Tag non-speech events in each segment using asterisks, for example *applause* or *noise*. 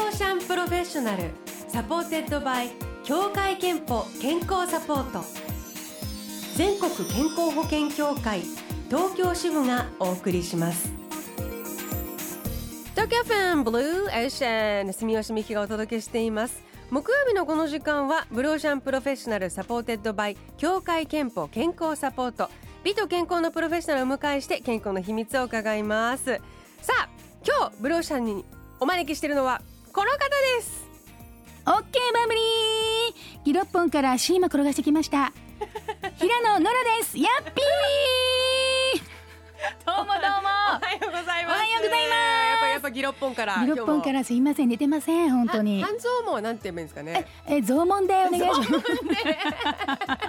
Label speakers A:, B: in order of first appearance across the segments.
A: ロフェッショナルサポーテッドバイ協会憲法健康サポート全国健康保険協会東京支部がお送りします東京フェンブルーエーシャン住吉美希がお届けしています木曜日のこの時間はブルーシャンプロフェッショナルサポーテッドバイ協会憲法健康サポート美と健康のプロフェッショナルをお迎えして健康の秘密を伺いますさあ今日ブローシャンにお招きしているのはこの方です
B: オッケーバブリーギロッポンからシーマ転がしてきました
A: *laughs*
B: 平野ノラですやっぴーどうもどうも
A: はようござい
B: おはようございます
A: やっぱやっぱギロッポンから
B: ギロッポンかららすいません寝てません本当に
A: 半蔵門はなんて言えばいいんですかね
B: え増問でお願いします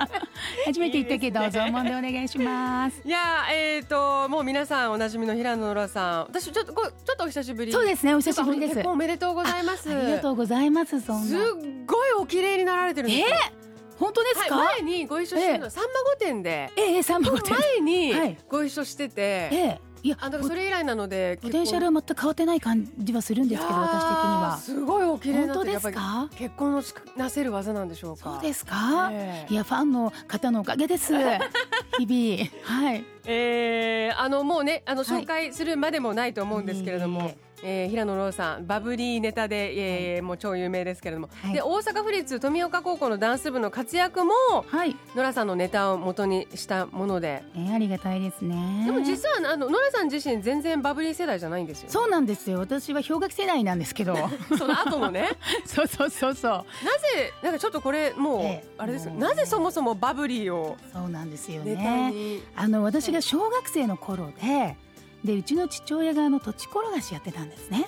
B: *laughs* 初めて言ったけど増問でお願いします
A: いやーえっ、ともう皆さんおなじみの平野ノラさん私ちょっとこちょっとお久しぶり
B: そう
A: す
B: ですねお久しぶりです
A: 結婚おめでとうございます
B: ありがとうございますそん
A: すっ
B: な
A: ごいお綺麗になられてるんですよ
B: 本当で
A: はい、前にご一緒してるの、さんま御殿で
B: えええ三本手
A: 前
B: は
A: に
B: い
A: ご一緒してて、
B: ええいや
A: あだからそれ以来なので
B: ポテンシャルは全く変わってない感じはするんですけど私的には
A: すごいお綺麗に
B: 本
A: なっ
B: 当
A: て
B: で
A: やっぱ
B: す
A: り
B: か
A: 結婚のしかなせる技なんでしょうか
B: そうですすか、
A: ええ
B: いやファンの方のおかげ *laughs* です日々はい
A: えーあのもうねあの
B: はい
A: 紹介するまでもないと思うんですけれども、
B: いえい
A: えー平野朗さんバブリーネタで、えーもう超有名ですけれども、
B: はい
A: で大阪府立富岡高校のダンス部の活躍も
B: はい、
A: ノラさんのネタを元にしたもので、
B: えーありがたいですね
A: でも実はあのノラさん自身全然バブリー世代じゃないんですよね、
B: そうなんですよ私は氷河期世代なんですけど
A: その後のね
B: *laughs* そうそうそうそう
A: なぜなんかちょっとこれもう、
B: ええ
A: あれですよ
B: もうね
A: なぜそもそもバブリーを
B: そうなんですよ
A: ネタ
B: ね
A: に、
B: あの私が小学生の頃ででうちの父親があの土地転がしやってたんです *laughs* ね。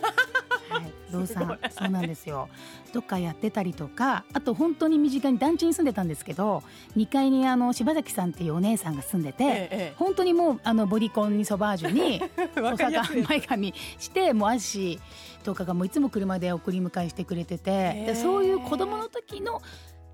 B: はい、動産そうなんですよどっかやってたりとかあと本当に身近に団地に住んでたんですけど2階にあの柴崎さんっていうお姉さんが住んでて、
A: え
B: 本当にもうあのボディコンにソバージュに
A: えええ、 *laughs* わ
B: お
A: かりやすい
B: 魚前髪してもう足とかがもういつも車で送り迎えしてくれてて
A: へえ
B: でそういう子供の時の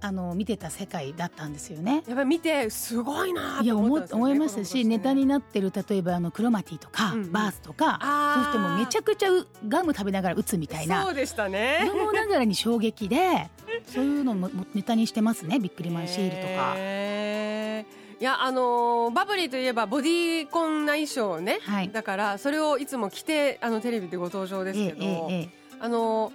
B: あの見てた世界だったんですよね。
A: やっぱり見てすごいなー
B: い
A: と
B: や
A: 思
B: 思
A: っ
B: っ
A: ん
B: た
A: ですよね
B: 思いましたしネタになってる例えばあのクロマティとか、
A: うんうん
B: バースとか
A: あー
B: そしてもうめちゃくちゃうガム食べながら打つみたいな
A: そうでした
B: 子
A: ね
B: 供ながらに衝撃でそういうのももネタにしてますねビックリマンシールとか。
A: へーいやあのーバブリーといえばボディコンな衣装をね
B: はい
A: だからそれをいつも着てあのテレビでご登場ですけど、
B: ええええ
A: あのー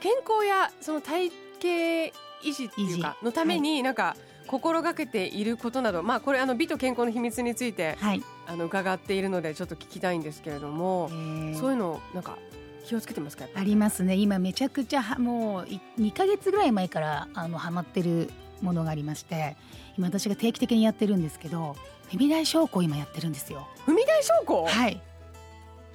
A: 健康やその体型維持っていうかのためになんか心がけていることなど、まあこれあの美と健康の秘密について
B: はい、
A: あの伺っているのでちょっと聞きたいんですけれども、
B: えー
A: そういうのなんか気をつけてますかやっぱ
B: ありますね今めちゃくちゃはもうい2ヶ月ぐらい前からあのハマってるものがありまして今私が定期的にやってるんですけどフェミライ証拠を今やってるんですよ
A: 踏み台証拠、
B: はい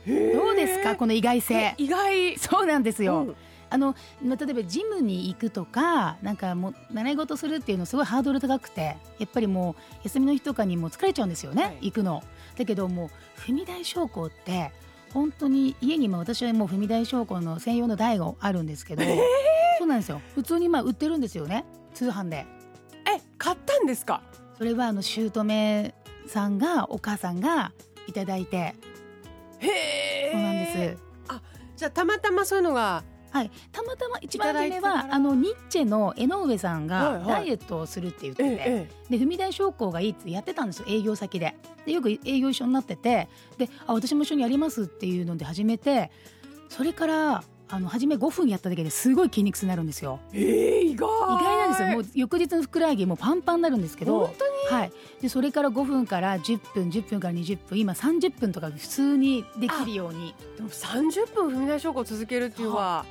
A: へー
B: どうですかこの意外性
A: え意外
B: そうなんですよ、
A: うん
B: あのまあ例えばジムに行くとかなんかもう習い事するっていうのすごいハードル高くてやっぱりもう休みの日とかにもう疲れちゃうんですよね、
A: はい
B: 行くのだけどもう踏み台昇降って本当に家にも私はもう踏み台昇降の専用の台があるんですけど、そうなんですよ普通にまあ売ってるんですよね通販で
A: え買ったんですか
B: それはあの姑さんがお母さんがいただいて
A: へえ
B: そうなんです、
A: じゃあたまたまそういうのが
B: はい、たまたま一番初め
A: いただいてたか
B: は
A: ら
B: あのニッチェの江上さん
A: は
B: が
A: いはい
B: ダイエットをするって言ってて、
A: え
B: で踏み台昇降がいいってやってたんですよ営業先ででよく営業一緒になっててであ私も一緒にやりますっていうので始めてそれからあの初め5分やっただけですごい筋肉痛になるんですよ
A: えええ意外
B: 意外なんですよもう翌日のふくらはぎもうパンパンになるんですけど
A: 本、当に
B: はい、でそれから5分から10分10分から20分今30分とか普通にできるように
A: でも30分踏み台証拠を続けるっていうのは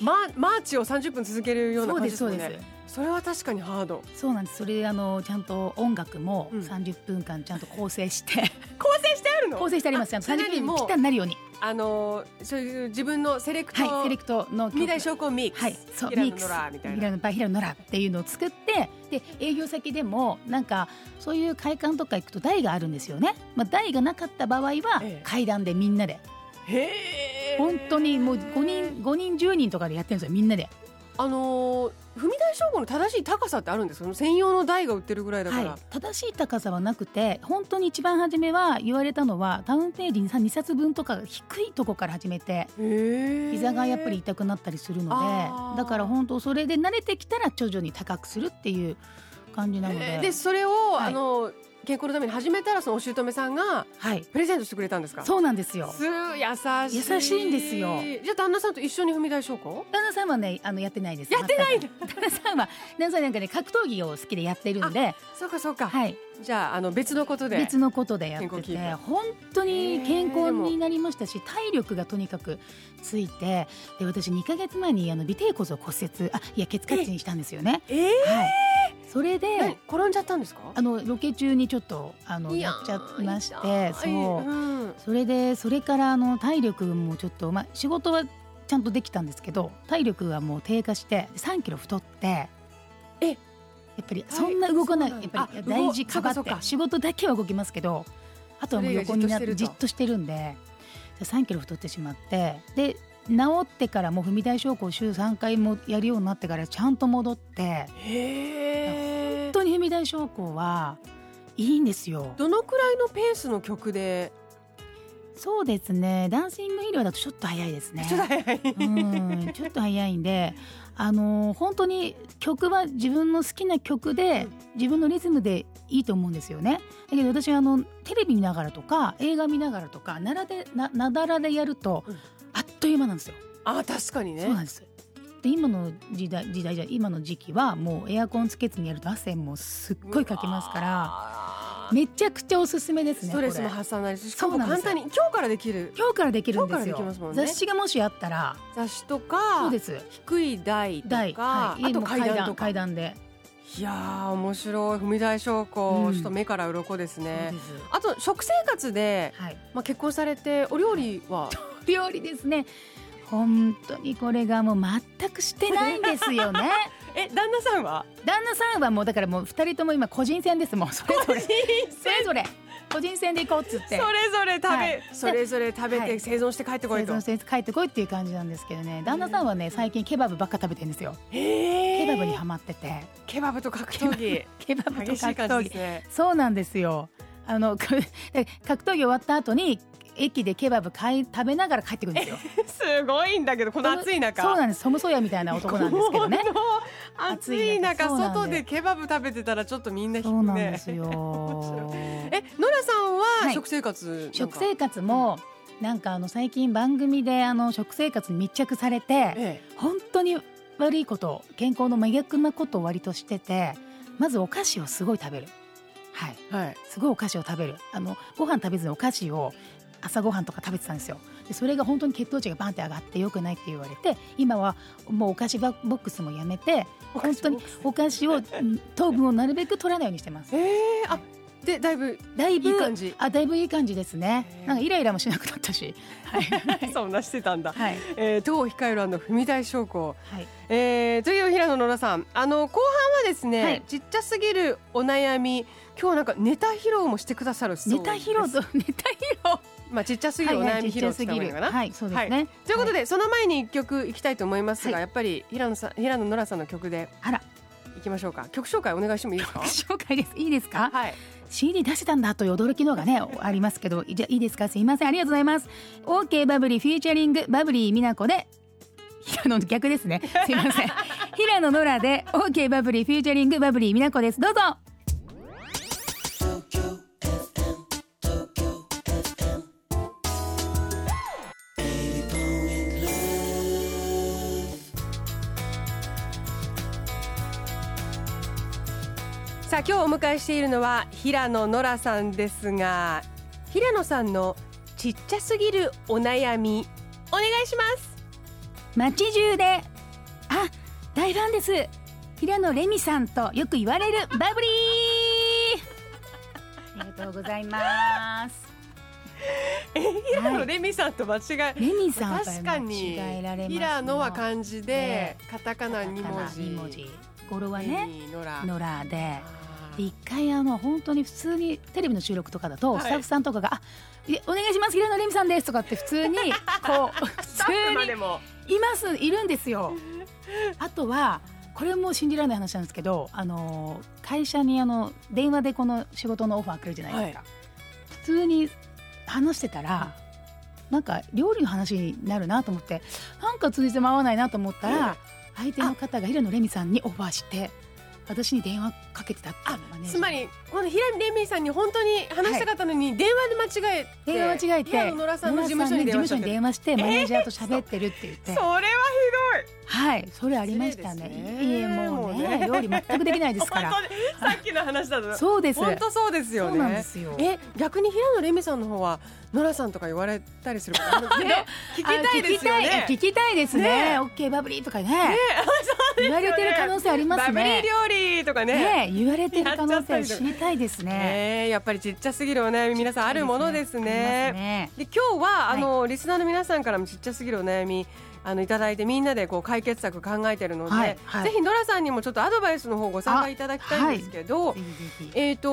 A: ママーチを30分続けるような
B: そう
A: 感
B: で
A: じ
B: す
A: ですも
B: そうんです
A: ね。それは確かにハード
B: そうなんです。それであのちゃんと音楽も
A: うん
B: 30分間ちゃんと構
A: *laughs*
B: 成して、
A: 構成してあるの
B: 構成してあります。ちゃんと
A: それな
B: 30
A: り
B: 分
A: も
B: ぴったりになるように。
A: あのそういう自分のセレクト、
B: はい、セレクトの
A: 踏み台
B: ョ
A: 証拠ミックス、
B: はい、そう
A: 平野
B: ミック
A: ノ
B: ス
A: ラみたいな
B: 平野バイ平野ノラっていうのを作って、で営業先でもなんかそういう会館とか行くと台があるんですよね。まあ台がなかった場合は
A: ええ
B: 階段でみんなで、
A: へえ
B: 本当にもう5人5人10人とかでやってるんですよみんなで。
A: あのー踏み台昇降の正しい高さってあるんですかその専用の台が売ってるぐらいだから、
B: はい、正しい高さはなくて本当に一番初めは言われたのはダウンページ2冊分とかが低いとこから始めて
A: へえ
B: 膝がやっぱり痛くなったりするの
A: あー
B: でだから本当それで慣れてきたら徐々に高くするっていう感じなの
A: え
B: で
A: ーでそれを、
B: い
A: あの健康のために始めたらそのお姑さんが
B: はい、
A: プレゼントしてくれたんですか
B: そうなんですよ
A: す優しい
B: 優しいんですよ
A: じゃあ旦那さんと一緒に踏み台昇降
B: 旦那さんはねあのやってないです
A: やってないんだ
B: 全く旦那さんは旦那さんなんかね格闘技を好きでやってるんで、
A: そうかそうか、
B: はい、
A: じゃああの別のことで
B: 別のことでやっ
A: 健
B: て
A: 康キ
B: て
A: ー
B: 本当に健
A: へーで
B: 康
A: も
B: になりましたし体力がとにかくついてで私2か月前にあの尾てい骨を骨折あいや結滑にしたんですよね。
A: えー
B: はい、それ
A: 何
B: で
A: 転んじゃったんですか
B: あのロケ中にちょっとあの
A: いや
B: や
A: ー
B: っちゃいまし
A: 痛
B: て
A: い
B: そう
A: うん
B: それでそれからあの体力もちょっと、まあ、仕事はちゃんとできたんですけど体力はもう低下して3キロ太って
A: え
B: やっぱりそんな動かない、
A: はい
B: やっ
A: そうな
B: ぱ
A: んだ
B: り
A: あ動
B: 大事かば
A: そう
B: って
A: かそうか
B: 仕事だけは動きますけどあとはもう横になっ
A: それ
B: て
A: 以外じ
B: じ
A: っ
B: っ
A: と
B: としてるんで3キロ太ってしまってで治ってからもう踏み台昇降週3回もやるようになってからちゃんと戻って
A: へえ
B: 本当に踏み台昇降はいいんですよ。
A: どのくらいのペースの曲で、
B: そうですねダンシングヒーローだとちょっと早いですね。
A: ちょっと早い、
B: うんちょっと早いんで、あのー本当に曲は自分の好きな曲で自分のリズムでいいと思うんですよね。だけど私はあのテレビ見ながらとか映画見ながらとかならでななだらでやると
A: うん
B: あっという間なんですよ。
A: *laughs* あ確かにね
B: そうなんです。で今の時代時代じゃ今の時期はもうエアコンつけずにやると汗もすっごいかきますから
A: ら
B: めちゃくちゃおすすめですね。
A: ストレスも
B: これ
A: 発散になりししかも
B: そうなん
A: 簡
B: ですよ
A: 単に今日からできる
B: 今日からできるんです
A: 今日からできま
B: よ。
A: すもんね
B: 雑誌がもしあったら
A: 雑誌とか
B: そうです。
A: 低い台とか、
B: 台、はい、
A: あ
B: 家
A: と
B: も
A: 階段とか
B: 階段で
A: いやー面白い踏み台昇降、
B: うん
A: ちょっと目から鱗ですね
B: そうです
A: あと食生活で、
B: はい、
A: まあ、結婚されてお料理は
B: 料理ですね本当にこれがもう全くしてないんですよ
A: *laughs*
B: ね
A: え旦那さんは
B: 旦那さんはもうだからもう二人とも今個人戦ですもんそれぞれそれぞれ個人戦で行こうっつっ
A: そ
B: て
A: れぞれ食べ、
B: はい
A: それぞれ食べ
B: は
A: て
B: い
A: 生存して帰ってこい
B: 生
A: と、
B: 存戦帰ってこいっていう感じなんですけどね旦那さんはね最近ケバブばっか食べてるんですよ
A: へ
B: ケ
A: ー
B: バブにハマってて
A: ケバブと格闘技
B: ケバブと格
A: 激しい
B: 闘
A: 感
B: 技
A: じですね
B: そうなんですよ。あの *laughs* く格闘技終わった後に駅でケバブ買い食べながら帰って *laughs* くるんです *laughs* よ。
A: すごいんだけどこの暑い中
B: そうなんです。トムソーヤみたいな男なんですけどね。
A: この暑い中
B: 暑い中そうなんで
A: 外でケバブ食べてたらちょっとみんな引
B: *laughs* そう
A: く
B: なんで
A: ね
B: すよ。 *laughs*
A: えノラさん
B: は
A: はい食生活なん
B: 食
A: か、
B: 生活もなんかあの最近番組であの食生活に密着されて
A: え
B: 本当に悪いこと健康の真逆なことを割としててまずお菓子をすごい食べる。はい。
A: えはい
B: すごいお菓子を食べるあのご飯食べずにお菓子を朝ごはんとか食べてたんですよでそれが本当に血糖値がバンって上がって良くないって言われて今はもうお菓子ばボックスもやめて本当にお菓子をうん糖分をなるべく取らないようにしてます
A: ええあでだいぶ *laughs*
B: だ *laughs* いぶ
A: いい感じ
B: あだいぶいい感じですね
A: へー
B: なんかイライラもしなくなったしはいはい
A: そんなしてたんだ、
B: はい、
A: えー、東控えるの踏み台昇降、
B: はい
A: えー、という平野ノラさんあの後半はですね、
B: はい
A: ちっちゃすぎるお悩み今日はなんかネタ披露もしてくださるそう
B: ネ
A: です
B: タ披露と *laughs* ネタ披
A: まあちっちゃすぎ
B: 露
A: るお
B: はいは
A: 悩
B: い
A: み披露って言った方がいいのかな、
B: はいそうですね、
A: ということで、その前に一曲いきたいと思いますが、
B: はい
A: やっぱり平野さん平野ノラさんの曲で
B: あら
A: いきましょうか曲紹介お願いしてもいいですか
B: 紹介ですいいですか
A: はい
B: CD 出してたんだという驚きのがねありますけどじゃあいいですかすいませんありがとうございます OK バブリーフューチャリングバブリー美奈子で平野の逆ですねすい *laughs* ません平野ノラで OK バブリーフューチャリングバブリー美奈子ですどうぞ
A: さあ今日お迎えしているのは平野ノラさんですが平野さんのちっちゃすぎるお悩みお願いします *laughs*
B: 街中であ大ファンです平野レミさんとよく言われるバブリーありがとうございます
A: 平野レミさんと間違え
B: レミさんは
A: 確かに
B: 間違えられます
A: 平野は漢字で
B: ね
A: カタカナ2文字
B: 二文字語呂は
A: レ
B: ね
A: ミノラ
B: ノ
A: あ
B: ラでで
A: ー
B: 一回あの本当に普通にテレビの収録とかだと
A: はい
B: スタッフさんとかが「あいえお願いします平野レミさんです」とかって普通にこう
A: *laughs*
B: 普
A: スタッフま
B: 通
A: でも
B: にいますいるんですよあとはこれも信じられない話なんですけどあの会社にあの電話でこの仕事のオファー来るじゃないですか、普通に話してたら、なんか料理の話になるなと思ってなんか通じても合わないなと思ったら、相手の方が平野レミさんにオファーして私に電話かけてたっていうのがね
A: つまりこの平井レミさんに本当に話したかったのに電話で間違えて
B: 電話間違えて
A: 平野ノラさんの事務所に電話しちゃっ
B: 事務所に
A: て
B: 電話してマネージャーと喋ってるって言って、
A: それは
B: はいそれありましたね
A: 失礼ですね
B: いえもうね
A: もうね
B: 料理全くできないですから
A: 本当にさっきの話だと
B: そうです
A: 本当そうですよ
B: そうなんで
A: ね
B: すよ
A: え逆に平野レミさんの方はノラさんとか言われたりすることある
B: ね
A: ね聞きたいですよ
B: あ聞きたい
A: ね
B: 聞きたいです
A: ね
B: ねオッケーバブリーとかね言われてる可能性あります
A: バブリー
B: ね
A: 料理とかね
B: ね言われてる可能性知りたいですね
A: ねえやっぱりちっちゃすぎるお悩み皆さんあるものです
B: あります
A: ね。
B: ね
A: で今日は、
B: はい
A: あのリスナーの皆さんからもちっちゃすぎるお悩みあのいただいてみんなでこう解決策考えてるので、
B: はいはい
A: ぜひノラさんにもちょっとアドバイスの方ご参加いただきたいんですけど、
B: ぜひぜひ
A: えっ、と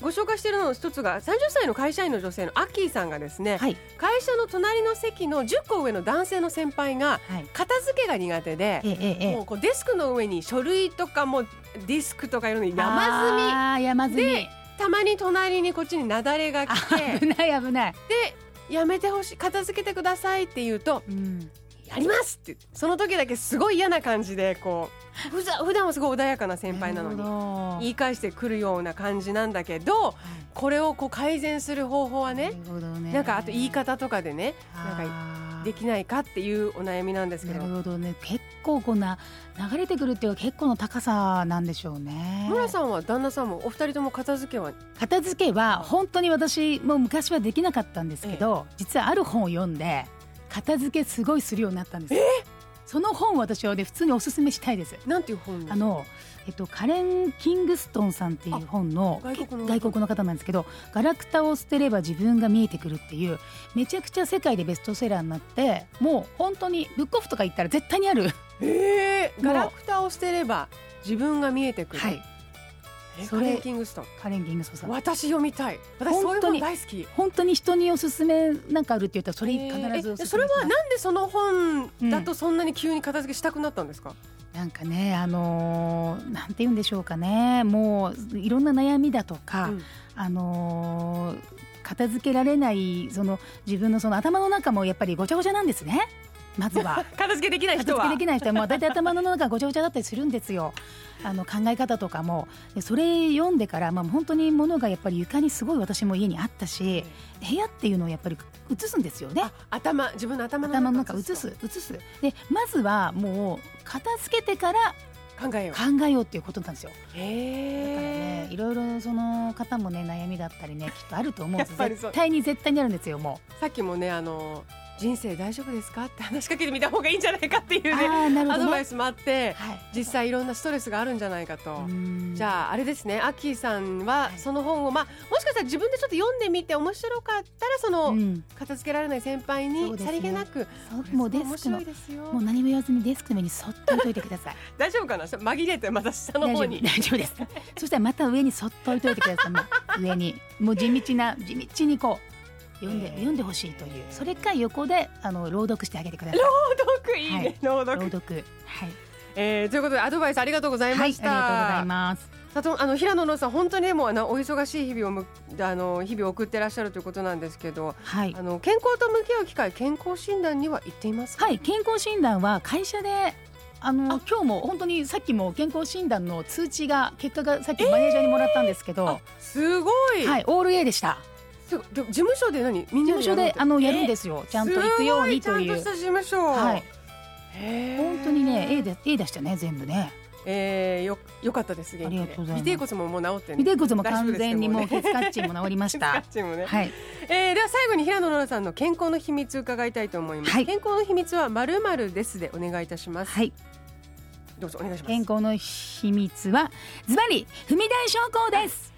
A: ご紹介しているの一つが30歳の会社員の女性のアッキーさんがですね、
B: はい
A: 会社の隣の席の10個上の男性の先輩が
B: はい
A: 片付けが苦手で
B: え。えええ
A: もうこうデスクの上に書類とかもうディスクとかいうのに山積み
B: あー山積み
A: たまに隣にこっちに雪崩が来て
B: 危ない危ない、
A: でやめてほしい片付けてくださいって言うと
B: うん、
A: やりますってその時だけすごい嫌な感じでこうふざ普段はすごい穏やかな先輩なのに
B: に
A: 言い返してくるような感じなんだけどこれをこう改善する方法はね
B: ね
A: なんかあと言い方とかでねなん
B: か
A: できないかっていうお悩みなんですけ
B: なる
A: ど
B: ほどね結構こんな流れてくるっていうのは結構の高さなんでしょうね
A: 村さんは旦那さんもお二人とも片付けは
B: 片付けは本当に私もう昔はできなかったんですけど、実はある本を読んで片付けすごいするようになったんですその本を私はね普通におすすめしたいです
A: なんていう本
B: あの、えっと、カレン・キングストンさんっていう本の
A: あ外国の
B: 外国の方なんですけど「ガラクタを捨てれば自分が見えてくる」っていうめちゃくちゃ世界でベストセラーになってもう本当にブックオフとか行ったら絶対にある、
A: えー、ガ
B: もう
A: ラクタを捨てれば自分が見えてくる、
B: はい、
A: え
B: そ
A: カ
B: れ
A: レン・キングストン
B: カレン・キングストンさん
A: 私読みたい私そうい
B: 本
A: う
B: 当
A: 本
B: に
A: 大好き
B: 本当に人におすすめなんかあるって言ったらそれ必ずおすすめし
A: え
B: ま
A: ーえ
B: す
A: それはなんでその本だとそんなに急に片付けしたくなったんですか、
B: なんかねあのーなんて言うんでしょうかねもういろんな悩みだとか、
A: うん
B: あのー片付けられないその自分のその頭の中もやっぱりごちゃごちゃなんですねまずは
A: 片付けできない *laughs*
B: 片
A: 人
B: 付け
A: は
B: できない人はもう大体頭の中がごちゃごちゃだったりするんですよあの考え方とかもでそれ読んでから、まあ、本当に物がやっぱり床にすごい私も家にあったし部屋っていうのをやっぱり映すんですよね
A: あ頭自分の頭の
B: 頭の中
A: を
B: 映す映すでまずはもう片付けてから
A: 考えよう
B: 考えようっていうことなんですよだから
A: へ
B: ね
A: え
B: いろいろその方もね悩みだったりねきっとあると思うんです
A: やっぱりそう
B: 絶対に絶対にあるんですよも
A: さっきもねあの人生大丈夫ですかって話しかけてみた方がいいんじゃないかっていう
B: う、
A: ね
B: ああなる
A: ア
B: ほ
A: ド
B: ど
A: バ
B: ね
A: イスもあって
B: はい
A: 実際いろんなストレスがあるんじゃないかと、じ
B: あ
A: ゃああれですねアッキーさんは
B: はい
A: その本を、まあ、もしかしたら自分でちょっと読んでみて面白かったらその、片付けられない先輩
B: そう
A: に
B: です
A: さ
B: ね
A: りげなく、
B: もう
A: これす
B: デ
A: ごい
B: スクの
A: 面白いですよ
B: もう何も言わずにデスクの上にそっと置いといてく
A: *laughs*
B: ださい
A: 大丈夫かな紛れてまた下の
B: 大丈
A: 方
B: 夫
A: に
B: 大丈夫ですそしたらまた上にそっと置いといてくださいも
A: *laughs*
B: う上にもう地道な地道にこう読んで
A: えー
B: 読んでほしいというそれか横であの朗読してあげてください
A: 朗読いい
B: はい
A: ね、朗読
B: 朗読はい
A: えーということでアドバイスありがとうござい
B: は
A: ま
B: い
A: し
B: あ
A: た、
B: りがとうございます
A: さとあの平野のさん本当にでもあのお忙しい日々をむあの日々を送ってらっしゃるということなんですけど
B: はい
A: あの健康と向き合う機会健康診断には行っていますか、
B: はい、健康診断は会社で。あの今日も本当にさっきも健康診断の通知が結果がさっきマネージャーにもらったんですけど、
A: あすごい、
B: はいオール A でした
A: すごいで事務所で何みん
B: 事
A: な
B: 務所であのやるんですよ、ち
A: ち
B: ゃんと行くようにと
A: ち
B: い
A: ゃんとし
B: う
A: た事務所
B: はい
A: へー
B: 本当にね A で A 出したね全部ね
A: えー、よよかったです元気
B: ありが
A: で
B: とうございます
A: 尾てい骨ももう治って
B: ビ
A: ね
B: デコズも完全にも
A: 大
B: う
A: 丈夫で
B: ケ
A: す
B: ツカッチンも治りま
A: *laughs*
B: した
A: チームね、
B: はい
A: えー、では最後に平野ノラさんの健康の秘密伺いたいと思います、
B: はい
A: 健康の秘密はまるまるですでお願いいたします
B: はい
A: どうぞお願いします
B: 健康の秘密はズバリ踏み台昇降です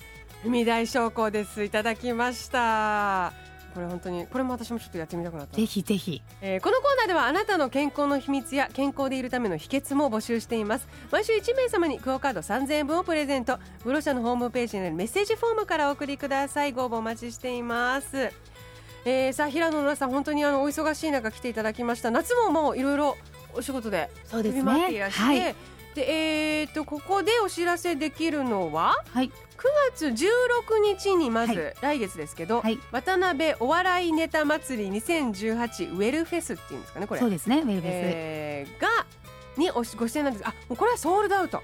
A: 踏み台昇降ですいただきましたこれ本当にこれも私もちょっとやってみたくなった
B: ぜ、ひぜひ
A: えーこのコーナーではあなたの健康の秘密や健康でいるための秘訣も募集しています毎週1名様にクオカード3000円分をプレゼントブロ社のホームページにあるメッセージフォームからお送りくださいご応募お待ちしていますえー、さあ平野ノラさん本当にあのお忙しい中来ていただきました夏ももういろいろお仕事で
B: そうで
A: 飛
B: す
A: び回ってい
B: ね
A: らして、
B: はい、
A: でえー、とここでお知らせできるのは
B: はい、
A: 9月16日にまず、
B: は
A: 来月ですけど、
B: はい
A: 渡辺お笑いネタ祭り2018ウェルフェスっていうんですかねこれ
B: そうですねウェルベス、
A: えーがにおしご出演なんですあもうこれはソールドアウト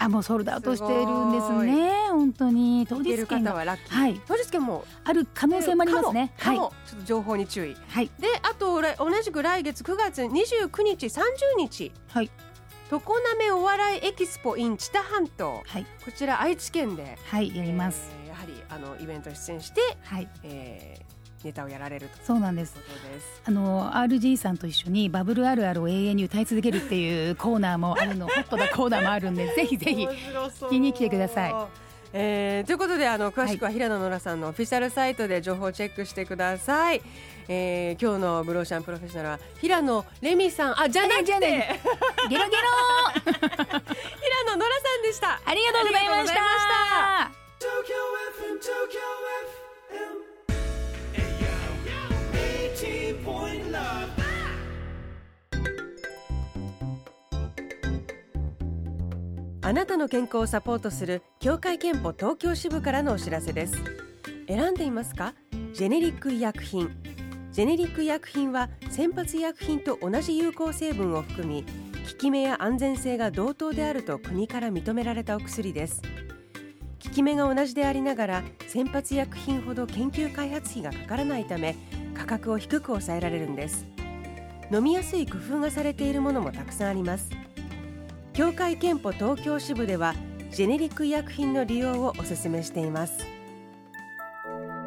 B: あもうソールドアウトしてるんですね本当に当
A: 出
B: 日
A: る
B: 券
A: 方
B: が
A: はラッキー、
B: はい
A: 当日券も
B: ある可能性もありますね
A: か
B: はい
A: も、かもちょっと情報に注意
B: はい
A: であと来同じく来月9月29日30日
B: はい
A: 常滑お笑いエキスポ in 知多半島
B: はい
A: こちら愛知県で
B: はいやります、、
A: えーやはりあのイベント出演して、
B: はい
A: えーネタをやられる
B: そうなんで
A: と
B: す
A: いうことです
B: あの RG さんと一緒にバブルあるあるを永遠に歌い続けるっていうコーナーもあるのホットなコーナーもあるんでぜひぜひ
A: 面白そう
B: 聞きに来てください
A: えーということであの詳しくは平野ノラさんのオフィシャルサイトで情報をチェックしてください、えー今日のブローシャンプロフェッショナルは平野レミさんあじゃなくて
B: じゃ
A: 平
B: な
A: 野ノ
B: い
A: ラ
B: ゲロゲロ
A: さんでした
B: ありがと
A: ありがとう
B: うございまし
A: ございました
B: た
C: Tokyo FM, Tokyo FM. Hey, yo. 80.9.
A: あなたの健康をサポートする協会憲法東京支部からのお知らせです選んでいますかジェネリック医薬品ジェネリック医薬品は先発医薬品と同じ有効成分を含み効き目や安全性が同等であると国から認められたお薬です効き目が同じでありながら先発医薬品ほど研究開発費がかからないため価格を低く抑えられるんです飲みやすい工夫がされているものもたくさんあります協会憲法東京支部ではジェネリック医薬品の利用をお勧めしています